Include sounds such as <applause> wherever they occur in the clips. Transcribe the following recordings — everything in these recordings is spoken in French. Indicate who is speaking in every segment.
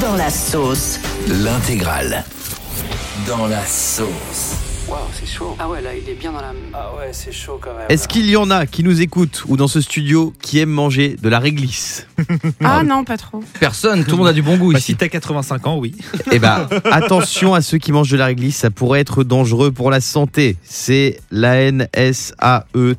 Speaker 1: Dans la sauce.
Speaker 2: L'intégrale. Dans la sauce.
Speaker 3: Waouh, c'est chaud. Ah ouais, là, il est bien dans la. Ah ouais, c'est chaud quand même.
Speaker 4: Est-ce qu'il y en a qui nous écoutent ou dans ce studio qui aiment manger de la réglisse
Speaker 5: Ah non, pas trop.
Speaker 2: Personne, tout le monde a du bon goût
Speaker 6: Bah,
Speaker 2: ici.
Speaker 6: si t'as 85 ans, oui.
Speaker 4: Eh
Speaker 2: <laughs>
Speaker 4: ben, attention à ceux qui mangent de la réglisse, ça pourrait être dangereux pour la santé. C'est la NSAET E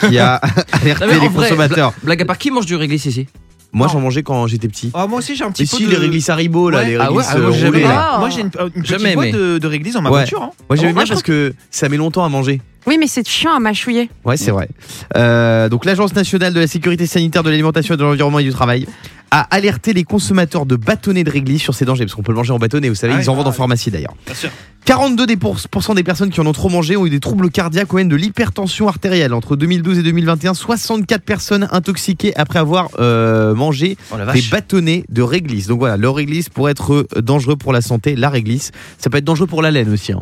Speaker 4: qui
Speaker 2: <laughs>
Speaker 4: a
Speaker 2: Non,
Speaker 4: alerté
Speaker 2: mais
Speaker 4: les
Speaker 2: en vrai,
Speaker 4: consommateurs.
Speaker 2: bla- blague à part, qui mange du réglisse ici
Speaker 4: Moi, j'en mangeais quand j'étais petit.
Speaker 6: Ah, moi aussi, j'ai un
Speaker 4: Et
Speaker 6: petit peu
Speaker 4: si
Speaker 6: de...
Speaker 4: les réglisses Haribo là,
Speaker 6: Ouais.
Speaker 4: les
Speaker 2: Ah ouais,
Speaker 4: réglisses
Speaker 2: ah ouais,
Speaker 4: euh,
Speaker 2: j'aimais
Speaker 4: roulées,
Speaker 2: bien.
Speaker 4: là.
Speaker 6: Moi, j'ai une, euh, une petite
Speaker 2: Jamais
Speaker 6: boîte
Speaker 2: aimé.
Speaker 6: de, de réglisse dans ma
Speaker 4: Ouais.
Speaker 6: voiture. hein.
Speaker 4: Moi, j'aimais
Speaker 6: Moi,
Speaker 4: bien
Speaker 6: je
Speaker 4: parce que ça met longtemps à manger.
Speaker 5: Oui, mais c'est chiant à mâchouiller.
Speaker 4: Ouais,
Speaker 6: Mm.
Speaker 4: c'est vrai. Euh, donc l'Agence nationale de la sécurité sanitaire de l'alimentation et de l'environnement et du travail a alerté les consommateurs de bâtonnets de réglisse sur ces dangers, parce qu'on peut le manger en bâtonnet, vous savez,
Speaker 6: Ah
Speaker 4: ils en
Speaker 6: oui,
Speaker 4: vendent en
Speaker 6: ah oui.
Speaker 4: pharmacie d'ailleurs.
Speaker 6: Bien sûr.
Speaker 4: 42% des, pour- pourcents des personnes qui en ont trop mangé ont eu des troubles cardiaques ou même de l'hypertension artérielle. Entre 2012 et 2021, 64 personnes intoxiquées après avoir euh, mangé
Speaker 6: Oh la
Speaker 4: des
Speaker 6: vache.
Speaker 4: bâtonnets de réglisse. Donc voilà, le réglisse pourrait être euh, dangereux pour la santé, la réglisse. Ça peut être dangereux pour la laine
Speaker 6: <laughs>
Speaker 4: aussi. hein.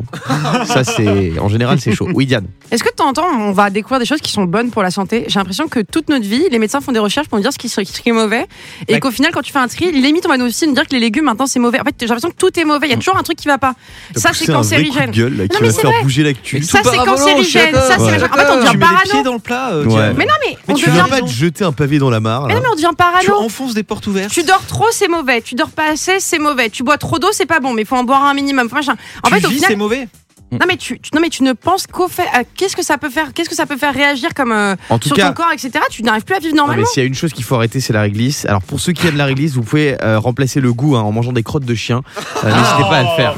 Speaker 4: Ça, c'est en général, c'est chaud. Oui, Diane.
Speaker 5: Est-ce que de temps en temps, on va découvrir des choses qui sont bonnes pour la santé J'ai l'impression que toute notre vie, les médecins font des recherches pour nous dire ce qui, serait- ce qui est mauvais. Et
Speaker 6: Bah-
Speaker 5: qu'au final, quand tu fais un tri, limite, on va nous aussi nous dire que les légumes, maintenant, c'est mauvais. En fait, j'ai l'impression que tout est mauvais. Il y
Speaker 6: Mm.
Speaker 5: a toujours un truc qui va pas. Ça, c'est cancérigène.
Speaker 4: gueule
Speaker 5: qui mais va c'est faire vrai.
Speaker 4: bouger l'actu.
Speaker 2: Mais
Speaker 5: Ça,
Speaker 2: Tout
Speaker 5: c'est
Speaker 2: par avolo, je suis
Speaker 5: cancérigène.
Speaker 2: d'accord.
Speaker 5: Ça, c'est
Speaker 4: Ouais.
Speaker 5: machin. En fait, on
Speaker 6: Tu
Speaker 5: devient
Speaker 6: mets les pieds
Speaker 5: parano.
Speaker 6: dans le plat. euh,
Speaker 4: Ouais.
Speaker 6: Diane.
Speaker 5: Mais non, mais,
Speaker 6: Mais
Speaker 5: on
Speaker 6: tu
Speaker 4: Tu
Speaker 6: veux
Speaker 4: veux
Speaker 5: devient.
Speaker 6: pas
Speaker 4: pas te jeter un pavé dans la mare
Speaker 5: Mais non, mais on devient
Speaker 6: Tu
Speaker 5: parano.
Speaker 6: enfonces des portes ouvertes.
Speaker 5: Tu dors trop, c'est mauvais. Tu dors pas assez, c'est mauvais. Tu bois trop d'eau, c'est pas bon. Mais faut en boire un minimum. Faut machin. En
Speaker 6: Tu
Speaker 5: fait, au
Speaker 6: vis,
Speaker 5: final,
Speaker 6: c'est mauvais.
Speaker 4: Mm.
Speaker 5: Non mais tu, tu- non mais tu ne penses qu'au fait à qu'est-ce que ça peut faire qu'est-ce que ça peut faire réagir comme euh,
Speaker 4: En tout
Speaker 5: sur
Speaker 4: cas,
Speaker 5: ton corps etc tu n'arrives plus à vivre
Speaker 4: non, mais
Speaker 5: normalement
Speaker 4: s'il y a une chose qu'il faut arrêter, c'est la réglisse. Alors pour ceux qui aiment la réglisse, vous pouvez euh, remplacer le goût hein, en mangeant des crottes de chien. Euh, N'hésitez pas à le faire.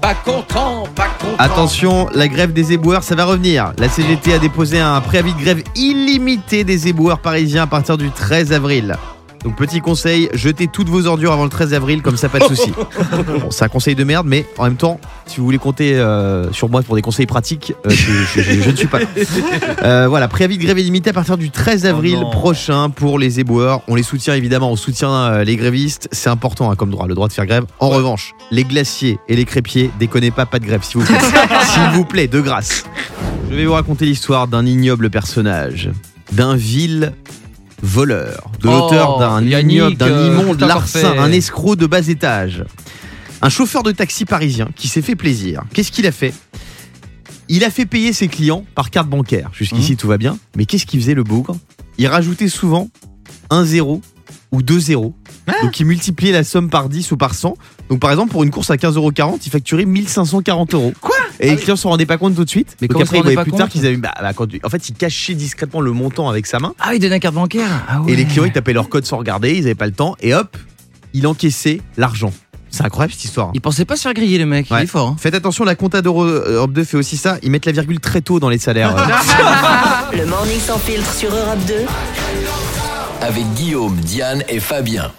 Speaker 2: Pas content, pas content.
Speaker 4: Attention, la grève des éboueurs, ça va revenir. La CGT a déposé un préavis de grève illimité des éboueurs parisiens à partir du 13 avril. Donc petit conseil, jetez toutes vos ordures avant le 13 avril, comme ça pas de souci. Bon, c'est un conseil de merde, mais en même temps, si vous voulez compter euh, sur moi pour des conseils pratiques, euh, je, je- je- je ne suis pas là. Euh, voilà, préavis de grève illimité à partir du 13 avril
Speaker 6: non.
Speaker 4: prochain pour les éboueurs. On les soutient évidemment, on soutient euh, les grévistes. C'est important hein, comme droit, le droit de faire grève. En revanche, les glaciers et les crépiers, déconnez pas, pas de grève, s'il vous plaît. s'il vous plaît, de grâce. Je vais vous raconter l'histoire d'un ignoble personnage, d'un vil voleur, de
Speaker 2: Oh,
Speaker 4: l'auteur d'un
Speaker 2: Yannick,
Speaker 4: ignoble, d'un
Speaker 2: euh,
Speaker 4: immonde
Speaker 2: t'as encore
Speaker 4: larcin,
Speaker 2: fait.
Speaker 4: un escroc de bas étage. Un chauffeur de taxi parisien qui s'est fait plaisir. Qu'est-ce qu'il a fait Il a fait payer ses clients par carte bancaire. Jusqu'ici,
Speaker 2: Mmh.
Speaker 4: tout va bien. Mais qu'est-ce qu'il faisait le bougre Il rajoutait souvent un zéro ou deux zéros.
Speaker 2: Ah.
Speaker 4: Donc il multipliait la somme par 10 ou par 100. Donc par exemple, pour une course à 15,40€, il facturait 1540 euros. Quoi Et les clients ne s'en rendaient pas compte tout de suite.
Speaker 2: Ah Mais
Speaker 4: Donc
Speaker 2: comment
Speaker 4: après, ils
Speaker 2: ils s'en rendaient
Speaker 4: voyaient
Speaker 2: pas
Speaker 4: plus tard
Speaker 2: compte
Speaker 4: qu'ils avaient. bah, bah, quand- en fait, ils cachaient discrètement le montant avec sa main.
Speaker 2: Ah, il donne la carte bancaire. Ah ouais.
Speaker 4: Et les clients, ils tapaient leur code sans regarder, ils n'avaient pas le temps. Et hop, il encaissait l'argent. C'est incroyable cette histoire. hein.
Speaker 2: Il pensait pas se faire griller, le mec.
Speaker 4: Ouais.
Speaker 2: Il est fort. hein.
Speaker 4: Faites attention, la compta d'Europe 2 fait aussi ça. Ils mettent la virgule très tôt dans les salaires.
Speaker 2: <laughs>
Speaker 4: euh.
Speaker 1: Le morning sans filtre sur Europe 2.
Speaker 2: Avec Guillaume, Diane et Fabien.